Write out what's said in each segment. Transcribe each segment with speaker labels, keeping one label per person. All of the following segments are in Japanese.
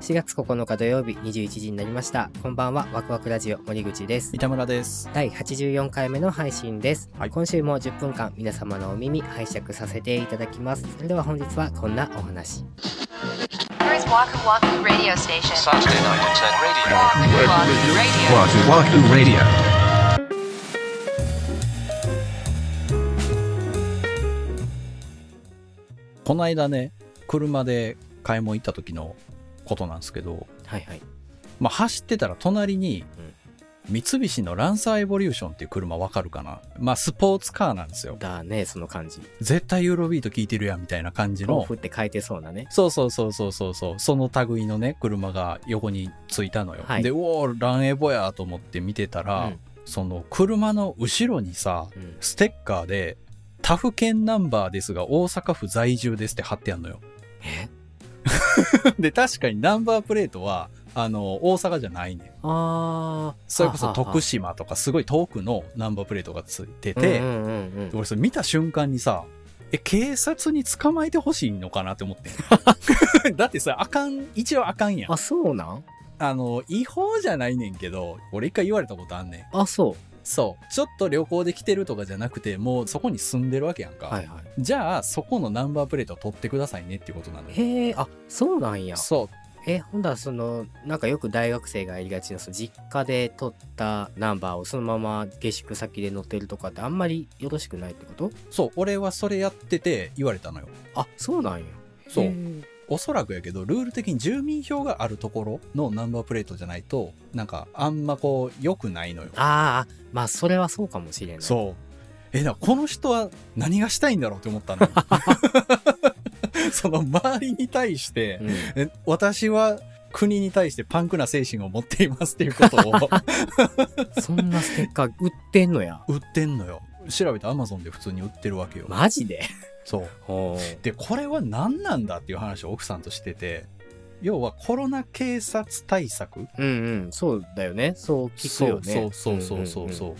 Speaker 1: 4月9日土曜日21時になりましたこんばんはワクワクラジオ森口です
Speaker 2: 板村です。
Speaker 1: 第84回目の配信です、
Speaker 2: はい
Speaker 1: 今週も10分間皆様のお耳拝借させていただきますそれでは本日はこんなお話
Speaker 3: Earth Waku Waku Radio Station.
Speaker 4: Saturday night at radio.
Speaker 3: Waku Waku Radio.
Speaker 5: Waku Waku Radio.
Speaker 2: この間ね、車で買い物行った時のことなんですけど、
Speaker 1: はいはい
Speaker 2: まあ、走ってたら隣に、三菱のランサーエボリューションっていう車わかるかなまあ、スポーツカーなんですよ。
Speaker 1: だねその感じ
Speaker 2: 絶対ユーロビート聞いてるやんみたいな感じ
Speaker 1: 豆
Speaker 2: の
Speaker 1: 腐。って書いてそうなね
Speaker 2: そうそうそうそうそうそう。その類のね、車が横についたのよ。
Speaker 1: はい
Speaker 2: で、うおー、ランエボやと思って見てたら、その車の後ろにさ、
Speaker 1: うんうん
Speaker 2: ステッカーで、他府県ナンバーですが大阪府在住ですって貼ってあんのよ。
Speaker 1: え
Speaker 2: で、確かにナンバープレートは、あの、大阪じゃないねん。
Speaker 1: あー
Speaker 2: それこそ徳
Speaker 1: 視
Speaker 2: 島とかすごい遠くのナンバープレートがついてて、
Speaker 1: で、うんうんうん
Speaker 2: で俺それ見た瞬間にさ、え、警察に捕まえてほしいのかなって思ってん だってさ、あかん、一応あかんやん
Speaker 1: あ。そうなん
Speaker 2: あの、違法じゃないねんけど、俺一回言われたことあんねん。
Speaker 1: あそ
Speaker 2: そう。ちょっと旅行で来てるとかじゃなくて、もうそこに住んでるわけやんか。
Speaker 1: うはいはい
Speaker 2: じゃあ、そこのナンバープレートを取ってくださいねっていうことなのよ。
Speaker 1: へえあそうなんや
Speaker 2: そう。
Speaker 1: えほんだらそのなんかよく大学生がやりがちなその実家で取ったナンバーをそのまま下宿先で乗ってるとかってあんまりよろしくないってこと
Speaker 2: そう、俺はそれやってて言われたのよ。
Speaker 1: あそうなんや
Speaker 2: そ
Speaker 1: へ
Speaker 2: う。
Speaker 1: ー
Speaker 2: おそらくやけど、ルール的に住民票があるところのナンバープレートじゃないと、なんか、あんまこう、良くないのよ。
Speaker 1: ああまあそれはそうかもしれないそう
Speaker 2: そう。え、だからこの人は何がしたいんだろうって思っ たのよ。その周りに対して、
Speaker 1: ん、
Speaker 2: え私は国に対してパンクな精神を持っていますっていうことを
Speaker 1: そんなステッカー売ってんのや
Speaker 2: 売ってんのよ。調べて Amazon で普通に売ってるわけよ。
Speaker 1: マジで
Speaker 2: そう。
Speaker 1: ほ
Speaker 2: でこれは何なんだっていう話を奥さんとしてて要はコロナ警察対策
Speaker 1: ううんうんそうだよねそう聞くよね
Speaker 2: そうそうそうそうそうう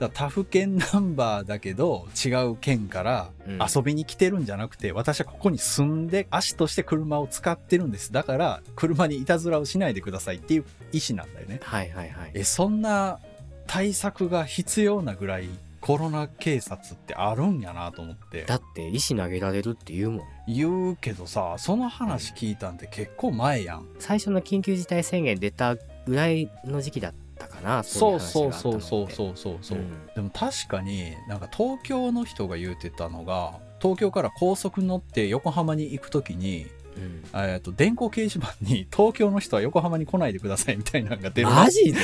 Speaker 2: だから他府県ナンバーだけど違う県から
Speaker 1: うん
Speaker 2: 遊びに来てるんじゃなくて、私はここに住んで足として車を使ってるんですだから車にいたずらをしないでくださいっていう意思なんだよね
Speaker 1: はいはいはい
Speaker 2: えそんな対策が必要なぐらいコロナ警察ってあるんやなと思って
Speaker 1: だって石投げられるって言うもん
Speaker 2: 言うけどさその話聞いたんって結構前やん
Speaker 1: 最初の緊急事態宣言出たぐらいの時期だったかな
Speaker 2: そう
Speaker 1: い話
Speaker 2: そう
Speaker 1: があった
Speaker 2: そ
Speaker 1: の
Speaker 2: う
Speaker 1: って
Speaker 2: そうそうそうそう、
Speaker 1: うん
Speaker 2: でも確かになんか東京の人が言うてたのが東京から高速乗って横浜に行く時に、
Speaker 1: うん
Speaker 2: えー、と電光掲示板に 「東京の人は横浜に来ないでください」みたいなのが出る
Speaker 1: マ ジで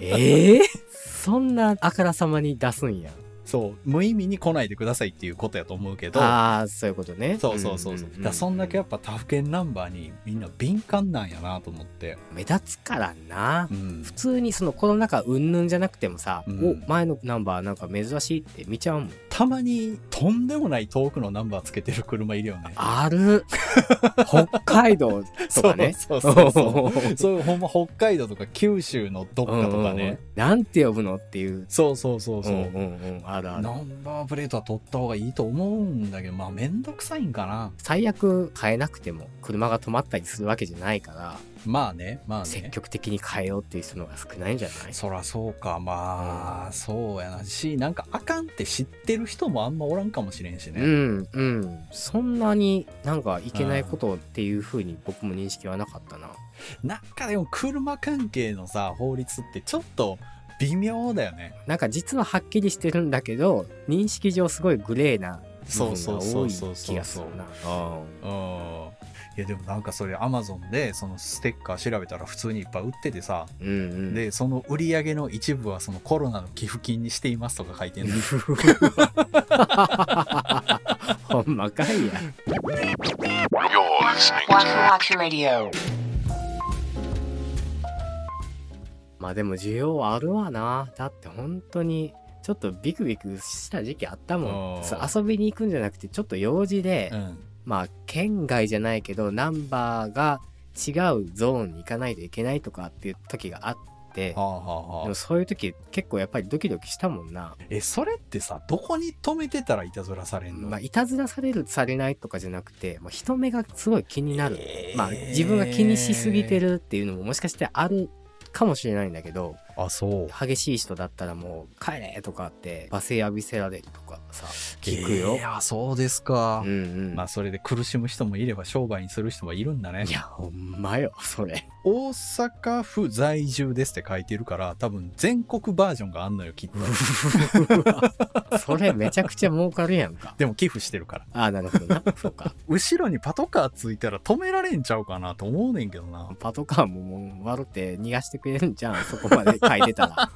Speaker 1: ええそんなあからさまに出すんや
Speaker 2: そう無意味に来ないでくださいっていうことやと思うけど
Speaker 1: ああそういうことね
Speaker 2: そうそうそうそう,、
Speaker 1: んんん
Speaker 2: だからそんだけやっぱ他府県ナンバーにみんな敏感なんやなと思って、
Speaker 1: 目立つからな
Speaker 2: うん
Speaker 1: 普、通にそのコロナ禍うんぬんじゃなくてもさ、
Speaker 2: うん
Speaker 1: お前のナンバーなんか珍しいって見ちゃうもん
Speaker 2: たまにとんでもない遠くのナンバーつけてる車いるよね
Speaker 1: ある 北海道とかね
Speaker 2: そうそうそうそう
Speaker 1: うん
Speaker 2: そういうほんま北海道とか九州のどっかとかね、
Speaker 1: うんうんうん なんて呼ぶのっていう
Speaker 2: そうそうそうそう、
Speaker 1: んうんうんあるある
Speaker 2: ナンバープレートは取った方がいいと思うんだけどまあめんどくさいんかな
Speaker 1: 最悪変えなくても車が止まったりするわけじゃないから
Speaker 2: まあねまあね
Speaker 1: 積極的に変えようっていう人の方が少ないんじゃない
Speaker 2: そらそうかまあ、そうやなしなんかあかんって知ってる人もあんまおらんかもしれんしね、
Speaker 1: うんうんそんなになんかいけないことっていうふうに僕も認識はなかったな
Speaker 2: なんかでも車関係のさ法律ってちょっと微妙だよね
Speaker 1: なんか実ははっきりしてるんだけど認識上すごいグレーな部
Speaker 2: そう
Speaker 1: 分
Speaker 2: そ
Speaker 1: が
Speaker 2: うそ
Speaker 1: 多
Speaker 2: う
Speaker 1: い
Speaker 2: そう
Speaker 1: 気
Speaker 2: そ
Speaker 1: が
Speaker 2: う
Speaker 1: す
Speaker 2: そう
Speaker 1: るな
Speaker 2: うんいやでもなんかそれアマゾンでそのステッカー調べたら普通にいっぱい売っててさ
Speaker 1: うんうん
Speaker 2: でその売り上げの一部はそのコロナの寄付金にしていますとか書いてんの
Speaker 1: ほんまかいや
Speaker 3: Waku Waku Radio.
Speaker 1: まあでも需要はあるわなだって本当にちょっとビクビクした時期あったも
Speaker 2: あ
Speaker 1: ん
Speaker 2: ー
Speaker 1: そう遊びに行くんじゃなくてちょっと用事で、
Speaker 2: うん
Speaker 1: まあ県外じゃないけどナンバーが違うゾーンに行かないといけないとかっていう時があって
Speaker 2: はあは
Speaker 1: で
Speaker 2: あは
Speaker 1: も
Speaker 2: あ、
Speaker 1: そういう時結構やっぱりドキドキしたもんな、
Speaker 2: えそれってさどこに止めてたらいたずらされんの、
Speaker 1: まあ、いたずらされるされないとかじゃなくて、まあ、人目がすごい気になる、
Speaker 2: えー
Speaker 1: まあ、自分が気にしすぎてるっていうのももしかしてあるかもしれないんだけど
Speaker 2: あそう
Speaker 1: 激しい人だったらもう「帰れ!」とかって罵声浴びせられるとかさ 聞くよ
Speaker 2: い。やそうですか
Speaker 1: うん、うん
Speaker 2: まあそれで苦しむ人もいれば商売にする人もいるんだね
Speaker 1: いやほんまよそれ
Speaker 2: 大阪府在住ですって書いてるから多分全国バージョンがあんのよきっと
Speaker 1: それめちゃくちゃ儲かるやんか
Speaker 2: でも寄付してるから
Speaker 1: ああなるほどな そうか
Speaker 2: 後ろにパトカーついたら止められんちゃうかなと思うねんけどな
Speaker 1: パトカーももう笑って逃がしてくれるんじゃんそこまで書いてたら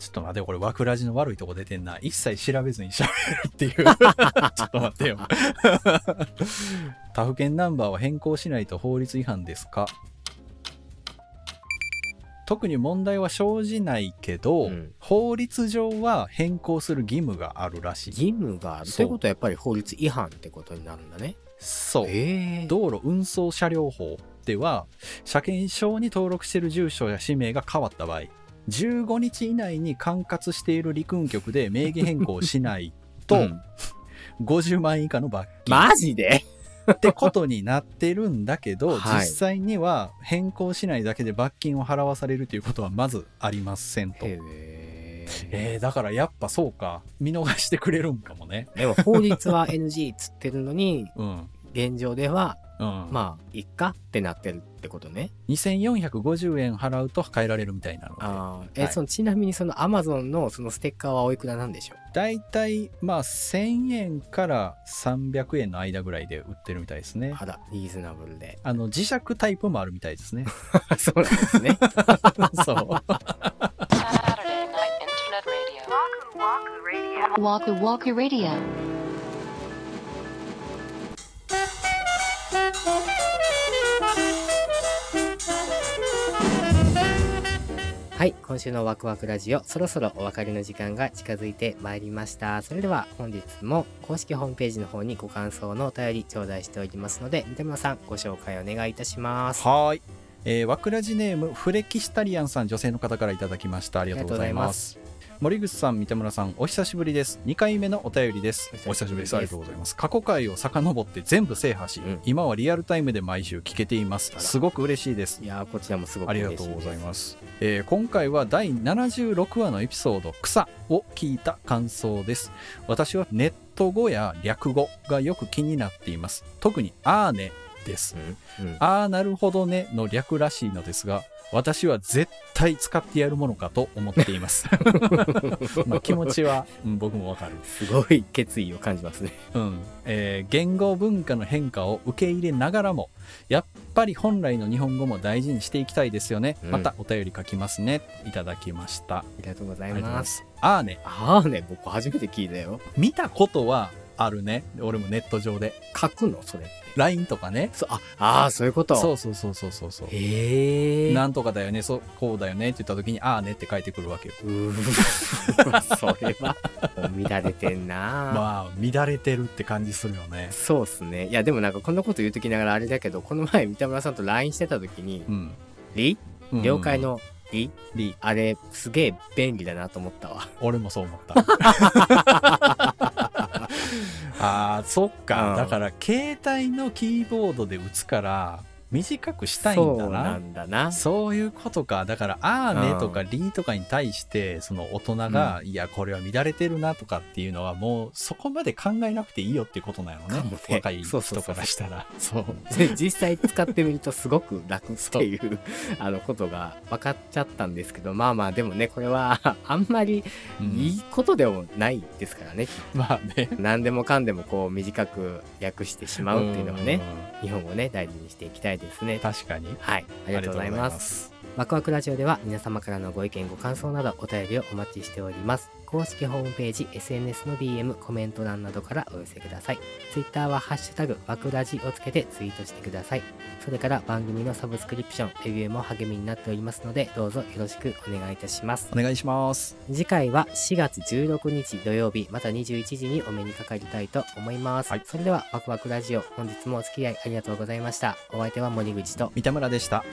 Speaker 2: ちょっと待ってこれ枠ラジの悪いとこ出てんな一切調べずに喋るって いう ちょっと待ってよ他府県ナンバーは変更しないと法律違反ですか特に問題は生じないけ
Speaker 1: う
Speaker 2: ど、
Speaker 1: ん
Speaker 2: 法律上は変更する義務があるらしい
Speaker 1: 義務がある
Speaker 2: そう
Speaker 1: ということはやっぱり法律違反ってことになるんだね
Speaker 2: そう
Speaker 1: ええ
Speaker 2: 道路運送車両法では車検証に登録している住所や氏名が変わった場合15日以内に管轄している陸運局で名義変更をしないと、
Speaker 1: うん
Speaker 2: 50万円以下の罰金
Speaker 1: マジで
Speaker 2: ってことになってるんだけど、
Speaker 1: はい
Speaker 2: 実際には変更しないだけで罰金を払わされるということはまずありませんと。
Speaker 1: へえ
Speaker 2: えー、だからやっぱそうか見逃してくれるんかもね。
Speaker 1: でも法律は NG っつってるのに
Speaker 2: うん
Speaker 1: 現状では
Speaker 2: うん
Speaker 1: まあいっかってなってるってことね
Speaker 2: 2450円払うと変えられるみたいなので
Speaker 1: あーえ、
Speaker 2: はい
Speaker 1: そのちなみにそのアマゾンのそのステッカーはおいくらなんでしょう
Speaker 2: 大体まあ1000円から300円の間ぐらいで売ってるみたいですね
Speaker 1: あらリーズナブルで
Speaker 2: あの磁石タイプもあるみたいですね
Speaker 1: そうなんですね
Speaker 2: そう
Speaker 3: Saturday Night Internet Radio. Waku Waku Radio. Waku Waku Radio.
Speaker 1: はい今週のワクワクラジオそろそろお別れの時間が近づいてまいりましたそれでは本日も公式ホームページの方にご感想のお便り頂戴しておりますので三田村さんご紹介お願いいたしますあ
Speaker 2: はーいえー、わくらじネームフレキシタリアンさん女性の方からいただきましたありがとうございます森口さん三田村さんお久しぶりです2回目のお便りです
Speaker 1: お
Speaker 2: お
Speaker 1: 久
Speaker 2: 久
Speaker 1: し
Speaker 2: し
Speaker 1: ぶりで
Speaker 2: ぶりですすありがとうございます過去回を遡って全部制覇し、
Speaker 1: うん
Speaker 2: 今はリアルタイムで毎週聞けています
Speaker 1: あら
Speaker 2: すごく嬉しいです
Speaker 1: りがとうございますいやーこちらもすごく
Speaker 2: あり
Speaker 1: 嬉しいで
Speaker 2: が
Speaker 1: す
Speaker 2: とうございます、えー今回は第76話のエピソード「草」を聞いた感想です私はネット語や略語がよく気になっています特に「あーね」です
Speaker 1: うんうん
Speaker 2: 「あーなるほどね」の略らしいのですが私は絶対使ってやるものかと思っていますまあ気持ちは、うん僕もわかる
Speaker 1: すごい決意を感じますね
Speaker 2: うんえー言語文化の変化を受け入れながらもやっぱり本来の日本語も大事にしていきたいですよね、
Speaker 1: うん
Speaker 2: またお便り書きますねいただきましたあ
Speaker 1: ありがとうござ
Speaker 2: り
Speaker 1: い
Speaker 2: がとうござい
Speaker 1: ま
Speaker 2: ますすあーね
Speaker 1: ああね僕初めて聞いたよ
Speaker 2: 見たことはあるね俺もネット上で
Speaker 1: 書くのそれ
Speaker 2: LINE とかね
Speaker 1: そああーそういうこと
Speaker 2: そうそうそうそうそうそう
Speaker 1: へえ
Speaker 2: なんとかだよねそうこうだよねって言った時に「ああね」って書いてくるわけよ
Speaker 1: うー それは乱れてんな、
Speaker 2: まあ乱れてるって感じするよね
Speaker 1: そうっすねいやでもなんかこんなこと言うときながらあれだけどこの前三田村さんと LINE してた時に
Speaker 2: うん
Speaker 1: 「り
Speaker 2: うん
Speaker 1: 了解のり
Speaker 2: り
Speaker 1: あれすげえ便利だなと思ったわ
Speaker 2: 俺もそう思った あーそっか、
Speaker 1: うん
Speaker 2: だから携帯のキーボードで打つから短くしたいん
Speaker 1: そ
Speaker 2: だ
Speaker 1: うな
Speaker 2: なん
Speaker 1: だな
Speaker 2: そういうことかだから「あー
Speaker 1: う
Speaker 2: ね」
Speaker 1: ん
Speaker 2: とか「り」とかに対してその大人が「いやこれは乱れてるな」とかっていうのはもうそこまで考えなくていいよっていうことなのね
Speaker 1: かもね
Speaker 2: 若い
Speaker 1: そうそうそう
Speaker 2: 人からしたらそう
Speaker 1: で実際使ってみるとすごく楽っていう あのことが分かっちゃったんですけどまあまあでもねこれはあんまり
Speaker 2: うん
Speaker 1: いいことでもないですからね、
Speaker 2: まあね
Speaker 1: 何でもかんでもこう短く訳してしまうっていうのはね
Speaker 2: う
Speaker 1: 日本語をね大事にしていきたいですね
Speaker 2: ん確かに
Speaker 1: はい、ありがとうござい
Speaker 2: ありがとうござい
Speaker 1: ま
Speaker 2: ますす。
Speaker 1: ワクワクラジオでは皆様からのご意見、ご感想などお便りをお待ちしております。公式ホームページ、SNS の DM、コメント欄などからお寄せください。Twitter はハッシュタグ、ワクラジをつけてツイートしてください。それから番組のサブスクリプション、レビューも励みになっておりますので、どうぞよろしくお願いいたします。
Speaker 2: お願いします
Speaker 1: 次回は4月16日土曜日また21時にお目にかかりたいと思います、
Speaker 2: はい
Speaker 1: それではワクワクラジオ本日もお付き合いありがとうございましたお相手は森口と
Speaker 2: 三田村でした